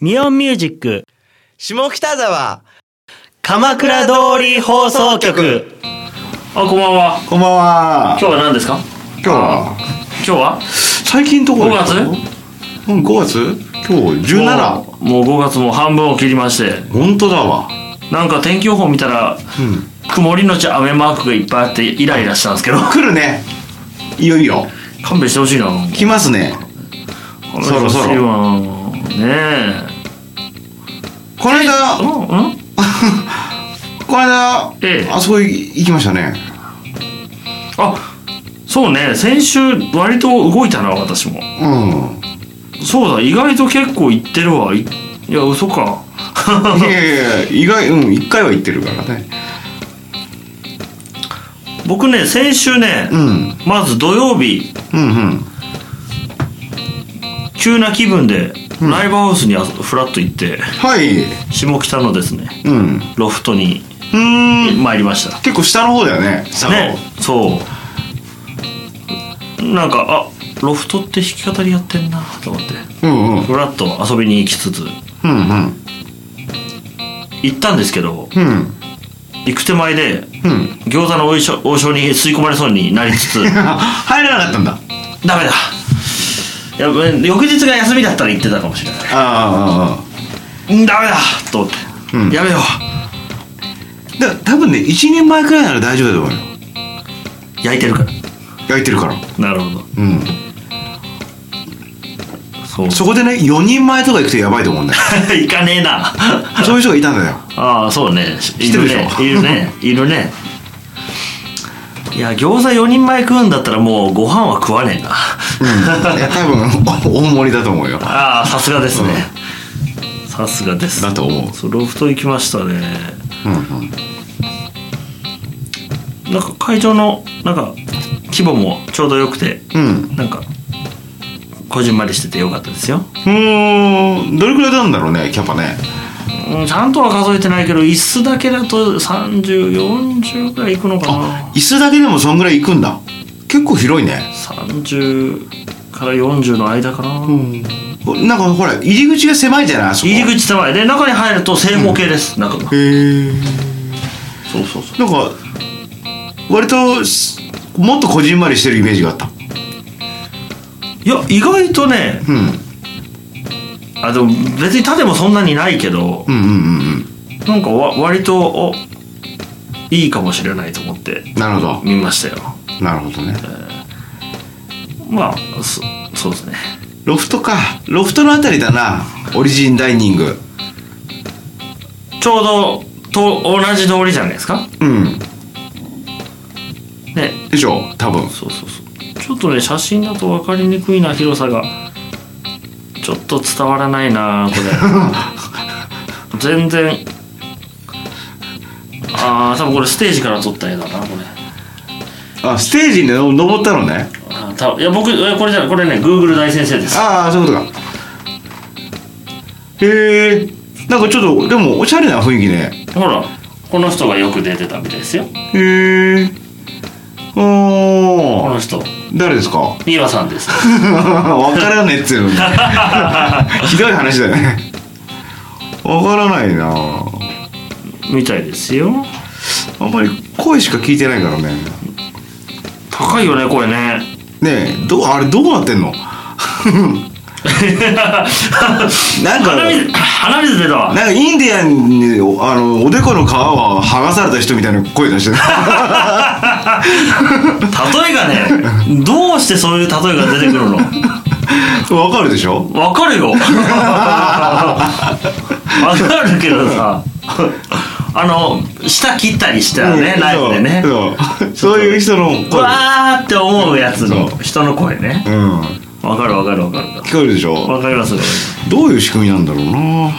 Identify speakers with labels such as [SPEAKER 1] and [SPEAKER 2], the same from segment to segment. [SPEAKER 1] ミオンミュージック
[SPEAKER 2] 下北沢
[SPEAKER 1] 鎌倉通り放送局あこんばんは
[SPEAKER 3] こんばんは。
[SPEAKER 1] 今日は何ですか
[SPEAKER 3] 今日は
[SPEAKER 1] 今日は
[SPEAKER 3] 最近どころ
[SPEAKER 1] 5
[SPEAKER 3] うん5月今日17
[SPEAKER 1] もうもう5月も半分を切りまして
[SPEAKER 3] 本当だわ
[SPEAKER 1] なんか天気予報見たら
[SPEAKER 3] うん
[SPEAKER 1] 曇りのち雨マークがいっぱいあってイライラしたんですけど
[SPEAKER 3] 来るねいよいよ
[SPEAKER 1] 勘弁してほしいな
[SPEAKER 3] 来ますねそろそろ
[SPEAKER 1] 欲しいわね
[SPEAKER 3] この間
[SPEAKER 1] えうんうん
[SPEAKER 3] この間、
[SPEAKER 1] ええ
[SPEAKER 3] あそこ行きましたね
[SPEAKER 1] あそうね先週割と動いたな私も
[SPEAKER 3] う
[SPEAKER 1] そうだ意外と結構行ってるわいいや嘘か
[SPEAKER 3] んいやいやいや意外うん一回は行ってるからね
[SPEAKER 1] 僕ね先週ね、
[SPEAKER 3] うん
[SPEAKER 1] まず土曜日
[SPEAKER 3] うんうん
[SPEAKER 1] 急な気分でライブハウスにあフラッと行って
[SPEAKER 3] はい
[SPEAKER 1] 下北のですね
[SPEAKER 3] うんう
[SPEAKER 1] ロフトに
[SPEAKER 3] ーん
[SPEAKER 1] 参りました、
[SPEAKER 3] 結構下の方だよね下の方
[SPEAKER 1] ねそうなんかあロフトって弾き語りやってんなと思って
[SPEAKER 3] うんうん
[SPEAKER 1] フラッと遊びに行きつつ
[SPEAKER 3] うんうん
[SPEAKER 1] 行ったんですけど
[SPEAKER 3] うん
[SPEAKER 1] 行く手前で
[SPEAKER 3] うん
[SPEAKER 1] 餃子の王将王将に吸い込まれそうになりつつ
[SPEAKER 3] あ 入らなかったんだ
[SPEAKER 1] ダメだいや翌日が休みだったら行ってたかもしれない
[SPEAKER 3] ああ
[SPEAKER 1] うんダメだと思って、
[SPEAKER 3] うん
[SPEAKER 1] やめよ
[SPEAKER 3] だから多分ね一人前くらいなら大丈夫だと思うよ
[SPEAKER 1] う焼いてるから
[SPEAKER 3] 焼いてるから
[SPEAKER 1] なるほど
[SPEAKER 3] うん
[SPEAKER 1] そう
[SPEAKER 3] そこでね4人前とか行くとやばいと思うん だよ
[SPEAKER 1] 行かねえな
[SPEAKER 3] そういう人がいたんだよ
[SPEAKER 1] ああそうねい
[SPEAKER 3] って
[SPEAKER 1] る
[SPEAKER 3] るで
[SPEAKER 1] ね
[SPEAKER 3] しょ
[SPEAKER 1] いるねいるねいや餃子4人前食うんだったらもうご飯は食わねえな
[SPEAKER 3] いや 多分大盛りだと思うよだ
[SPEAKER 1] ああさすがですね、さすがです
[SPEAKER 3] と思う
[SPEAKER 1] そうロフト行きましたね
[SPEAKER 3] うんうん
[SPEAKER 1] なんか会場のなんか規模もちょうどよくて
[SPEAKER 3] うん
[SPEAKER 1] なんかこじんまりしててよかったですよ
[SPEAKER 3] うーんどれくらいなんだろうねキャパね
[SPEAKER 1] うんちゃんとは数えてないけど椅子だけだと3040ぐらいいくのかな
[SPEAKER 3] 椅子だけでもそんぐらい行くんだ結構広いね
[SPEAKER 1] 30から40の間かな、
[SPEAKER 3] うんなんかほら入り口が狭いじゃないあそこ
[SPEAKER 1] 入り口手前で中に入ると正方形です、中が
[SPEAKER 3] へえ
[SPEAKER 1] そうそうそ
[SPEAKER 3] なんか割とすもっとこじんまりしてるイメージがあった
[SPEAKER 1] ういや意外とね
[SPEAKER 3] うん
[SPEAKER 1] あでも別に縦もそんなにないけど
[SPEAKER 3] うんうんうん
[SPEAKER 1] なんかわ割とおいいかもしれないと思って
[SPEAKER 3] うんなるほど
[SPEAKER 1] 見ましたよ
[SPEAKER 3] なるほどね
[SPEAKER 1] まあそそうですね
[SPEAKER 3] ロフトかロフトのあたりだなオリジンダイニング
[SPEAKER 1] ちょうどと同じ通りじゃないですか
[SPEAKER 3] うん
[SPEAKER 1] ね
[SPEAKER 3] でしょ多分
[SPEAKER 1] そうそうそうちょっとね写真だと分かりにくいな広さがちょっと伝わらないなこれ 全然ああ多分これステージから撮った絵だなこれ
[SPEAKER 3] あステージにの登ったのね
[SPEAKER 1] あーたいや僕いやこれじゃないこれね Google 大先生です
[SPEAKER 3] ああそういうことかへえなんかちょっとでもおしゃれな雰囲気ね
[SPEAKER 1] ほらこの人がよく出てたみたいですよ
[SPEAKER 3] へえ
[SPEAKER 1] こ
[SPEAKER 3] おー
[SPEAKER 1] の人
[SPEAKER 3] 誰ですか
[SPEAKER 1] ミワさんです
[SPEAKER 3] わからねえっつうのに ひどい話だよねわからないな
[SPEAKER 1] みたいですよ
[SPEAKER 3] あんまり声しか聞いてないからね
[SPEAKER 1] 高いよねこれね
[SPEAKER 3] ねえどうあれどうなってんの なんか
[SPEAKER 1] 鼻水鼻水出たわ
[SPEAKER 3] なんかインディアンにおあのおでこの皮は剥がされた人みたいな声出してる
[SPEAKER 1] 例えがねどうしてそういう例えが出てくるの
[SPEAKER 3] わかるでしょ
[SPEAKER 1] わかる よわかるけどさあの下切ったりしたらね、
[SPEAKER 3] うん
[SPEAKER 1] ナイフでね
[SPEAKER 3] そうそうそういう人の
[SPEAKER 1] う
[SPEAKER 3] 声
[SPEAKER 1] わーって思うやつの
[SPEAKER 3] そ
[SPEAKER 1] 人の声ね
[SPEAKER 3] うん
[SPEAKER 1] わかるわかるわかる
[SPEAKER 3] 聞こえるでしょ
[SPEAKER 1] わかりますわかります
[SPEAKER 3] どういう仕組みなんだろうな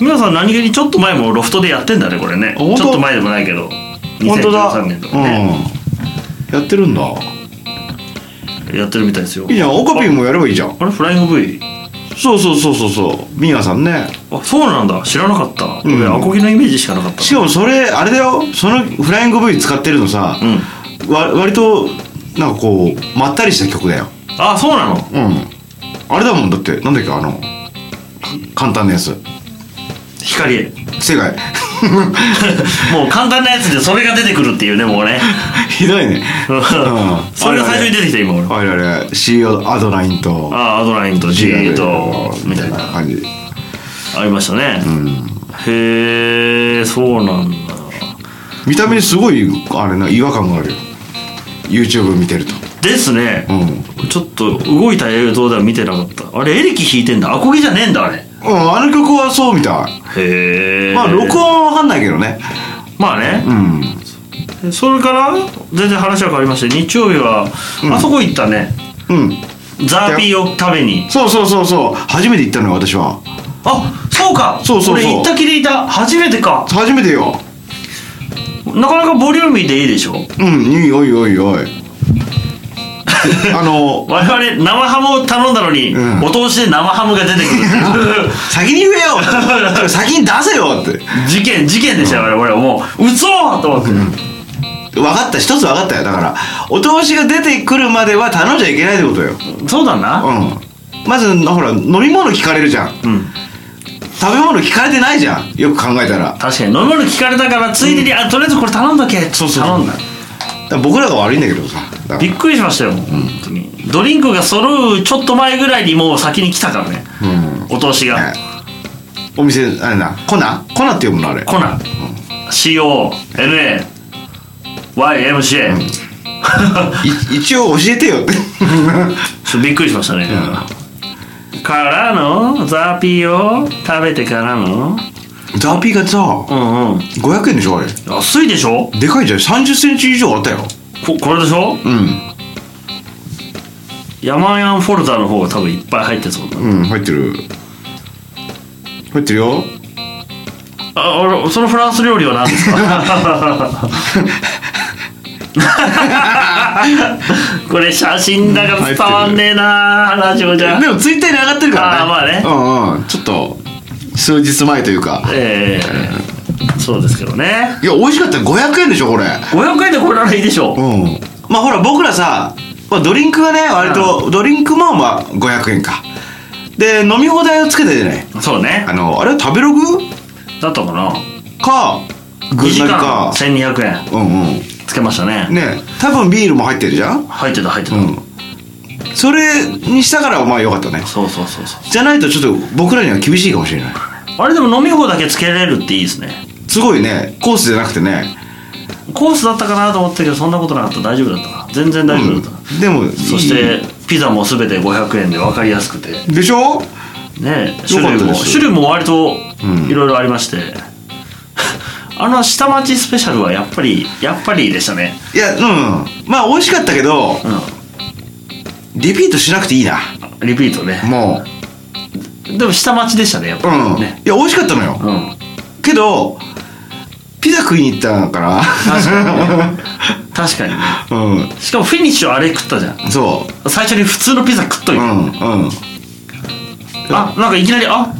[SPEAKER 1] 皆さん何気にちょっと前もロフトでやってんだねこれねちょ
[SPEAKER 3] 本
[SPEAKER 1] っ
[SPEAKER 3] 当
[SPEAKER 1] と前でもないけど
[SPEAKER 3] 本当だ、
[SPEAKER 1] 2013年とかね、
[SPEAKER 3] うんやってるんだ
[SPEAKER 1] やってるみたいですよ
[SPEAKER 3] いいじゃんオカピンもやればいいじゃん
[SPEAKER 1] あれフライング V
[SPEAKER 3] そうそうそうそうそうミヤさんね
[SPEAKER 1] あそうなんだ知らなかった、
[SPEAKER 3] うん
[SPEAKER 1] 俺アコギのイメージしかなかった
[SPEAKER 3] しかもそれあれだよそのフライング V 使ってるのさ、
[SPEAKER 1] うん
[SPEAKER 3] わ割となんかこうまったりした曲だよ
[SPEAKER 1] あそうなの
[SPEAKER 3] うんあれだもんだってなんだっけあの簡単なやつ
[SPEAKER 1] 光
[SPEAKER 3] 正解
[SPEAKER 1] もう簡単なやつでそれが出てくるっていうねもうね
[SPEAKER 3] ひどいね、うん
[SPEAKER 1] それが最初に出てきた今俺
[SPEAKER 3] あれあれあれ C アドラインと
[SPEAKER 1] ああアドラインと G とみたいな
[SPEAKER 3] 感じ
[SPEAKER 1] ありましたね、へえそうなんだ
[SPEAKER 3] 見た目すごいあれな違和感があるよ YouTube 見てると
[SPEAKER 1] ですね、
[SPEAKER 3] うん
[SPEAKER 1] ちょっと動いた映像では見てなかったあれエレキ弾いてんだアコギじゃねえんだあれ
[SPEAKER 3] うん、あの曲はそうみたい。
[SPEAKER 1] へえ
[SPEAKER 3] まあ、録音はわかんないけどね。
[SPEAKER 1] まあね
[SPEAKER 3] う、ん。
[SPEAKER 1] それから全然話は変わりまして日曜日は、あそこ行ったね
[SPEAKER 3] うん。
[SPEAKER 1] ザーピーを食べに
[SPEAKER 3] そうそうそうそう。初めて行ったのよ、私は。
[SPEAKER 1] あそうか
[SPEAKER 3] そうそうそう
[SPEAKER 1] 俺行ったきりいた初めてか
[SPEAKER 3] 初めてよ。
[SPEAKER 1] なかなかボリューミーでいいでしょ
[SPEAKER 3] うん、いいおいお いおい。あの、
[SPEAKER 1] 我々生ハムを頼んだのに、
[SPEAKER 3] うん
[SPEAKER 1] お通しで生ハムが出てくるっていう
[SPEAKER 3] 先に言えよ先に出せよって。
[SPEAKER 1] 事件事件でしたよ、俺はもううそーと思って、
[SPEAKER 3] 分かった、一つ分かったよ。だから、お通しが出てくるまでは頼んじゃいけないってことよ。
[SPEAKER 1] そうだな
[SPEAKER 3] うん。まず、ほら、飲み物聞かれるじゃん。
[SPEAKER 1] うん
[SPEAKER 3] 食べ物聞かれてないじゃん。よく考えたら。だか
[SPEAKER 1] 確かに飲み物聞かれたからついでに、あとりあえずこれ頼んだけ
[SPEAKER 3] そうそう
[SPEAKER 1] 頼んだ
[SPEAKER 3] ら僕らが悪いんだけどさ。だから
[SPEAKER 1] びっくりしましたよ、本当にドリンクが揃うちょっと前ぐらいにもう先に来たからね、お通しが、
[SPEAKER 3] ねお店あれなコナコナって読むのあれ
[SPEAKER 1] コナン CONAYMCA、
[SPEAKER 3] い一応教えてよって
[SPEAKER 1] そうびっくりしましたね、からのザーピーを食べてからの
[SPEAKER 3] ザーピーがさ
[SPEAKER 1] うんうん
[SPEAKER 3] 500円でしょあれ
[SPEAKER 1] 安いでしょ
[SPEAKER 3] でかいじゃん3 0センチ以上あったよ
[SPEAKER 1] ここれでしょ
[SPEAKER 3] うん
[SPEAKER 1] ヤマヤンフォルダーの方が多分いっぱい入ってそうだ
[SPEAKER 3] うん入ってる入ってるよ
[SPEAKER 1] あ俺そのフランス料理は何ですか これ写真だが伝わんねえなラジオじゃ
[SPEAKER 3] でもツイッターに上がってるからね
[SPEAKER 1] あーまあね
[SPEAKER 3] うんうんちょっと数日前というか
[SPEAKER 1] ええそうですけどね
[SPEAKER 3] いや美味しかったよ500円でしょこれ
[SPEAKER 1] 500円でこれならいいでしょう
[SPEAKER 3] うんまあほら僕らさ、まあ、ドリンクがね割とドリンクもまあ500円かで飲み放題をつけたじゃない
[SPEAKER 1] そうね
[SPEAKER 3] あのあれは食べログ
[SPEAKER 1] だったかな
[SPEAKER 3] か
[SPEAKER 1] 2
[SPEAKER 3] 具
[SPEAKER 1] 時
[SPEAKER 3] 材
[SPEAKER 1] 間
[SPEAKER 3] か
[SPEAKER 1] 1200円
[SPEAKER 3] うんうん
[SPEAKER 1] つけましたね
[SPEAKER 3] ね多分ビールも入ってるじゃん
[SPEAKER 1] 入ってた入ってた、
[SPEAKER 3] うんそれにしたからまあよかったね
[SPEAKER 1] そうそうそうそう
[SPEAKER 3] じゃないとちょっと僕らには厳しいかもしれない
[SPEAKER 1] あれでも飲み放だけつけれるっていいですね
[SPEAKER 3] すごいねコースじゃなくてね、
[SPEAKER 1] コースだったかなと思ったけどそんなことなかった大丈夫だったな全然大丈夫だった、
[SPEAKER 3] うん、でも
[SPEAKER 1] そしてピザも全て500円で分かりやすくて
[SPEAKER 3] いいでしょ
[SPEAKER 1] ねえ
[SPEAKER 3] よ
[SPEAKER 1] 種
[SPEAKER 3] かっ
[SPEAKER 1] 類
[SPEAKER 3] たで
[SPEAKER 1] も
[SPEAKER 3] す
[SPEAKER 1] 種類も割と
[SPEAKER 3] うん
[SPEAKER 1] いろいろありまして、 あの下町スペシャルはやっぱりやっぱりでしたね
[SPEAKER 3] いやうんまあ美味しかったけど
[SPEAKER 1] う
[SPEAKER 3] リピートしなくていいなん
[SPEAKER 1] リピートね
[SPEAKER 3] も
[SPEAKER 1] でも下町でしたねやっ
[SPEAKER 3] うう
[SPEAKER 1] ぱ
[SPEAKER 3] ん、
[SPEAKER 1] りね
[SPEAKER 3] いや美味しかったのよ
[SPEAKER 1] うん、
[SPEAKER 3] けどピザ食いに行ったから
[SPEAKER 1] 確かに ね確かにね
[SPEAKER 3] う
[SPEAKER 1] しかもフィニッシュあれ食ったじゃん
[SPEAKER 3] んそ
[SPEAKER 1] 最初に普通のピザ食っと
[SPEAKER 3] う
[SPEAKER 1] いうて、
[SPEAKER 3] んうん
[SPEAKER 1] あなんかいきなりあ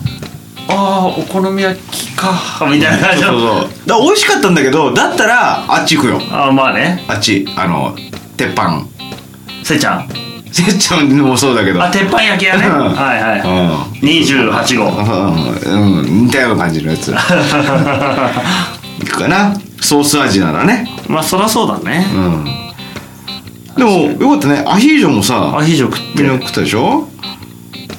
[SPEAKER 1] あーお好み焼きかみたいな
[SPEAKER 3] そ
[SPEAKER 1] 感
[SPEAKER 3] う
[SPEAKER 1] じ
[SPEAKER 3] そう
[SPEAKER 1] の
[SPEAKER 3] そうだから美味しかったんだけどだったらあっち行くよ
[SPEAKER 1] あーまあね
[SPEAKER 3] あっちあの鉄板
[SPEAKER 1] せいちゃん
[SPEAKER 3] せっちゃんもそうだけど
[SPEAKER 1] あ鉄板焼き屋ね
[SPEAKER 3] うん
[SPEAKER 1] はいはい、
[SPEAKER 3] う
[SPEAKER 1] 28号
[SPEAKER 3] んうん、うん、似たような感じの やつ行くかなソース味ならね
[SPEAKER 1] まあそらそうだね、
[SPEAKER 3] うんでもよかったねアヒージョもさ
[SPEAKER 1] アヒージョ食っ
[SPEAKER 3] みんな
[SPEAKER 1] て
[SPEAKER 3] 食ったでしょ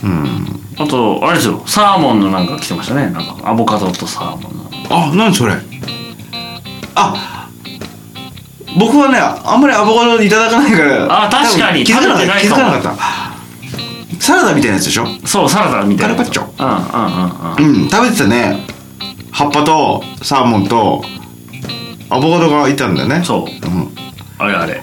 [SPEAKER 3] うん
[SPEAKER 1] あとあれですよサーモンのなんか来てましたねなんかアボカドとサーモンの
[SPEAKER 3] あ何それあ僕はねあんまりアボカドいただかないから
[SPEAKER 1] あ確かに
[SPEAKER 3] 多分気
[SPEAKER 1] 食べてないか
[SPEAKER 3] づかなかった気づ
[SPEAKER 1] も
[SPEAKER 3] かなかったサラダみたいなやつでしょ
[SPEAKER 1] そうサラダみたいな
[SPEAKER 3] カルパッチョ
[SPEAKER 1] うんうんうんうん
[SPEAKER 3] うん食べてたね葉っぱとサーモンとアボカドがいたんだよね
[SPEAKER 1] そう
[SPEAKER 3] うん、
[SPEAKER 1] あれあれ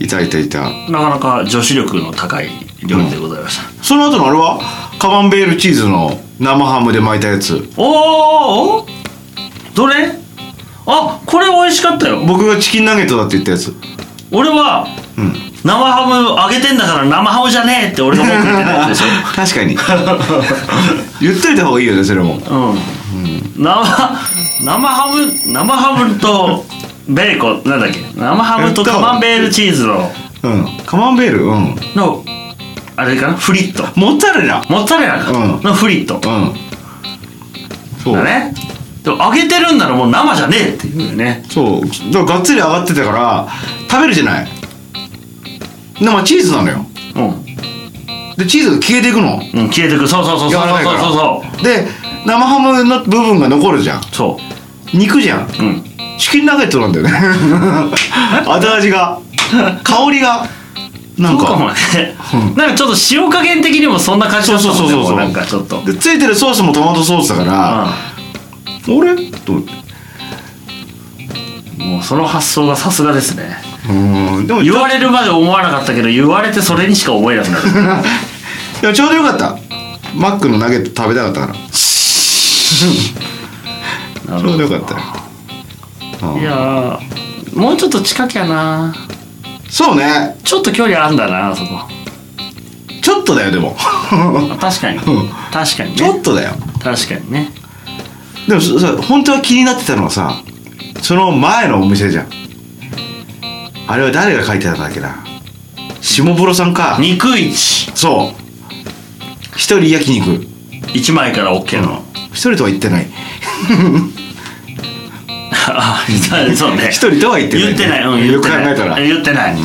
[SPEAKER 3] いたいたいた
[SPEAKER 1] なかなか女子力の高い料理でございました、
[SPEAKER 3] その後のあれはカマンベールチーズの生ハムで巻いたやつ
[SPEAKER 1] おーおーどれあこれ美味しかったよ
[SPEAKER 3] 僕がチキンナゲットだって言ったやつ
[SPEAKER 1] 俺は
[SPEAKER 3] うん
[SPEAKER 1] 生ハム揚げてんだから生ハムじゃねえって俺が文句言ってたやつでし
[SPEAKER 3] 確かに 言っといた方がいいよねそれも
[SPEAKER 1] ょうん、生生ハム生ハムとベーコンなんだっけ生ハムとカマンベールチーズの
[SPEAKER 3] うんカマンベールうん
[SPEAKER 1] のあれかなフリット
[SPEAKER 3] モッツァレラ
[SPEAKER 1] モッツァレラか
[SPEAKER 3] うん
[SPEAKER 1] のフリット
[SPEAKER 3] うそう
[SPEAKER 1] だねでも揚げてるんならもう生じゃねえっていうよね
[SPEAKER 3] そうだからがっつり上がってたから食べるじゃないでまあチーズなのよ
[SPEAKER 1] うん、
[SPEAKER 3] でチーズが消えていくの
[SPEAKER 1] うん、消えてくそうそうそう
[SPEAKER 3] 柔
[SPEAKER 1] そう
[SPEAKER 3] らかいから
[SPEAKER 1] そうそう
[SPEAKER 3] で生ハムの部分が残るじゃん
[SPEAKER 1] そうそ
[SPEAKER 3] 肉じゃん
[SPEAKER 1] ううん
[SPEAKER 3] チキンナゲットなん だよね後味が香りがなん
[SPEAKER 1] そうか
[SPEAKER 3] か
[SPEAKER 1] もね、なんかちょっと塩加減的にもそんな感じだったもんね
[SPEAKER 3] そうそうそうそう
[SPEAKER 1] もなんかちょっと
[SPEAKER 3] でついてるソースもトマトソースだから、あれと思って
[SPEAKER 1] うんもうその発想がさすがですね
[SPEAKER 3] うんでも
[SPEAKER 1] 言われるまで思わなかったけど言われてそれにしか思えなくなる
[SPEAKER 3] でもちょうどよかったマックのナゲット食べたかったから
[SPEAKER 1] なる
[SPEAKER 3] ちょ
[SPEAKER 1] ほ
[SPEAKER 3] うど
[SPEAKER 1] ど
[SPEAKER 3] よかったようん
[SPEAKER 1] いやーもうちょっと近きゃな
[SPEAKER 3] そうね
[SPEAKER 1] ちょっと距離あんだなそこ
[SPEAKER 3] ちょっとだよでも
[SPEAKER 1] 確かに
[SPEAKER 3] うん
[SPEAKER 1] 確かに
[SPEAKER 3] ちょっ
[SPEAKER 1] ね
[SPEAKER 3] とだよ
[SPEAKER 1] 確かにね
[SPEAKER 3] でもそそ本当は気になってたのはさその前のお店じゃんあれは誰が書いてたんだっけな下風呂さんか
[SPEAKER 1] 肉一
[SPEAKER 3] そう一人焼肉
[SPEAKER 1] 一枚から OK の、
[SPEAKER 3] 一人とは言ってない
[SPEAKER 1] ああそうね
[SPEAKER 3] 一人とは言ってない
[SPEAKER 1] 言ってない、うん、言
[SPEAKER 3] よ
[SPEAKER 1] っ
[SPEAKER 3] く
[SPEAKER 1] て
[SPEAKER 3] 考
[SPEAKER 1] ない
[SPEAKER 3] えたら
[SPEAKER 1] 言ってない、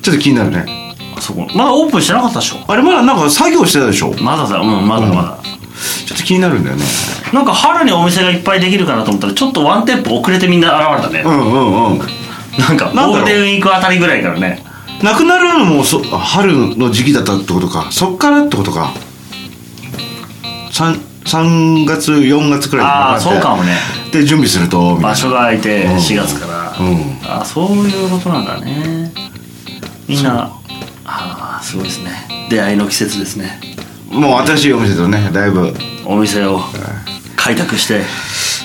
[SPEAKER 3] ちょっと気になるね
[SPEAKER 1] あそこまだオープンしてなかったでしょ
[SPEAKER 3] あれまだなんか作業してたでしょ
[SPEAKER 1] まだだうんまだまだ、
[SPEAKER 3] ちょっと気になるんだよね
[SPEAKER 1] なんか春にお店がいっぱいできるかなと思ったらちょっとワンテンポ遅れてみんな現れた
[SPEAKER 3] う
[SPEAKER 1] ね、
[SPEAKER 3] んうんうん
[SPEAKER 1] なんか
[SPEAKER 3] なんだろう
[SPEAKER 1] ゴールデンウィークあたりぐらいからね
[SPEAKER 3] なくなるのもそあ春の時期だったってことかそっからってことか 3, 3月4月くらい
[SPEAKER 1] ああそうかもね
[SPEAKER 3] で準備するとみたい
[SPEAKER 1] 場
[SPEAKER 3] な
[SPEAKER 1] 所が空いて
[SPEAKER 3] うん
[SPEAKER 1] 4月から、
[SPEAKER 3] うん
[SPEAKER 1] ああそういうことなんだねみんなああすごいですね出会いの季節ですね
[SPEAKER 3] もう新しいお店とねだいぶ
[SPEAKER 1] お店を開拓して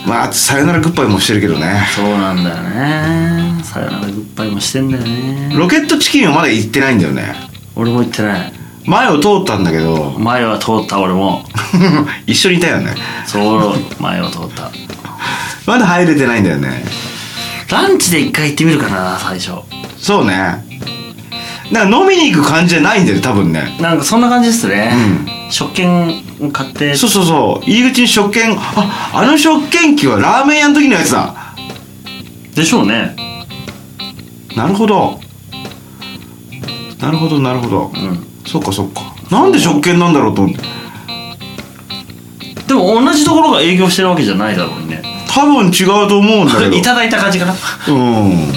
[SPEAKER 3] まあさよならグッバイもしてるけどね
[SPEAKER 1] そうなんだよねさよならグッバイもしてんだよね
[SPEAKER 3] ロケットチキンはまだ行ってないんだよね
[SPEAKER 1] 俺も行ってない
[SPEAKER 3] 前を通ったんだけど
[SPEAKER 1] 前は通った俺も
[SPEAKER 3] 一緒にいたよね
[SPEAKER 1] そう前を通った
[SPEAKER 3] まだ入れてないんだよね
[SPEAKER 1] ランチで一回行ってみるかな最初
[SPEAKER 3] そうねなんか飲みに行く感じじゃないんだよね多分ね
[SPEAKER 1] なんかそんな感じですね、食券を買って
[SPEAKER 3] そうそうそう入り口に食券ああの食券機はラーメン屋の時のやつだ
[SPEAKER 1] でしょうね
[SPEAKER 3] なるほどなるほどなるほど、
[SPEAKER 1] ん
[SPEAKER 3] そっかそっかなんで食券なんだろうと思って
[SPEAKER 1] でも同じところが営業してるわけじゃないだろうにね
[SPEAKER 3] 多分違うと思うんだけど
[SPEAKER 1] いただいた感じかな
[SPEAKER 3] うん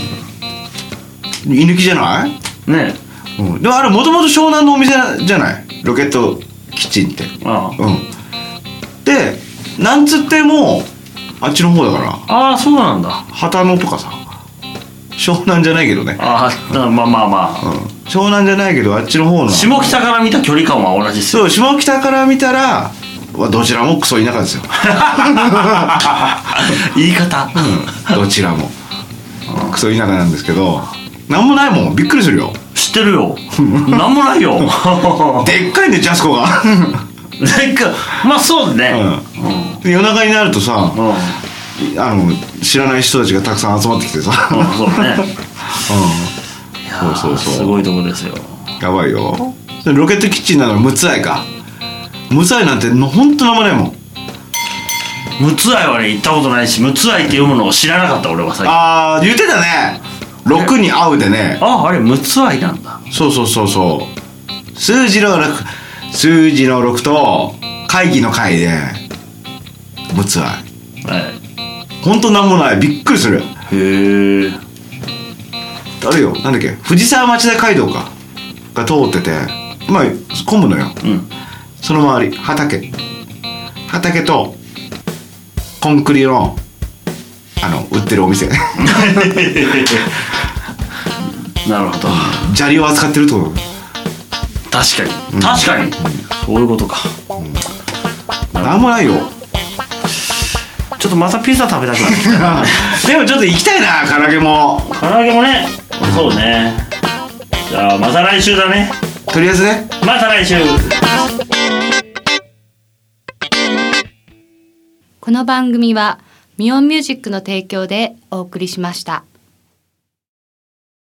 [SPEAKER 3] 居抜きじゃない、
[SPEAKER 1] ね
[SPEAKER 3] うん、でもあれもともと湘南のお店じゃないロケットキッチンって
[SPEAKER 1] あ
[SPEAKER 3] うんでなんつってもあっちの方だから
[SPEAKER 1] あああそうなんだ
[SPEAKER 3] 旗野とかさ湘南じゃないけどね、
[SPEAKER 1] ああだまあまあま
[SPEAKER 3] う
[SPEAKER 1] あ
[SPEAKER 3] ん、湘南じゃないけどあっちの方の
[SPEAKER 1] 下北から見た距離感は同じっすよ
[SPEAKER 3] そう下北から見たらまあどちらもクソ田舎 ですよ
[SPEAKER 1] 言い方、
[SPEAKER 3] どちらもクソ田舎なんですけどなんもないもんびっくりするよ
[SPEAKER 1] 知ってる よなんもないよ
[SPEAKER 3] でっかいねジャスコが
[SPEAKER 1] なんかまあそうね、
[SPEAKER 3] う
[SPEAKER 1] うん
[SPEAKER 3] で夜中になるとさ
[SPEAKER 1] うん、
[SPEAKER 3] あの知らない人たちがたくさん集まってきてさ、
[SPEAKER 1] うんそうねいやー
[SPEAKER 3] そうそうそう
[SPEAKER 1] すごいとこですよ
[SPEAKER 3] うん、やばいよでロケットキッチンならムツアイかムツアイなんてのほんと飲まないもん
[SPEAKER 1] ムツアイはね行ったことないしムツアイって読むのを知らなかった俺は最近
[SPEAKER 3] ああ言ってたね6に合うでね
[SPEAKER 1] ああれムツアイなんだ
[SPEAKER 3] そうそうそうそう数字の6数字の6と会議の会でムツアイ
[SPEAKER 1] は
[SPEAKER 3] ほんとなんもないびっくりする
[SPEAKER 1] いへえ
[SPEAKER 3] あれよなんだっけ藤沢町田街道かが通っててまあ混むのよ
[SPEAKER 1] うん
[SPEAKER 3] その周り畑畑とコンクリのあの売ってるお 店
[SPEAKER 1] なるほど
[SPEAKER 3] 砂利を扱ってるところ
[SPEAKER 1] 確かに、確かにそういうことか
[SPEAKER 3] なんもないよ
[SPEAKER 1] ちょっとまたピザ食べたくなってきた
[SPEAKER 3] でもちょっと行きたいな唐揚げも
[SPEAKER 1] 唐揚げもねそうねじゃあまた来週だね
[SPEAKER 3] とりあえずね
[SPEAKER 1] また来週
[SPEAKER 4] この番組はミオンミュージックの提供でお送りしました。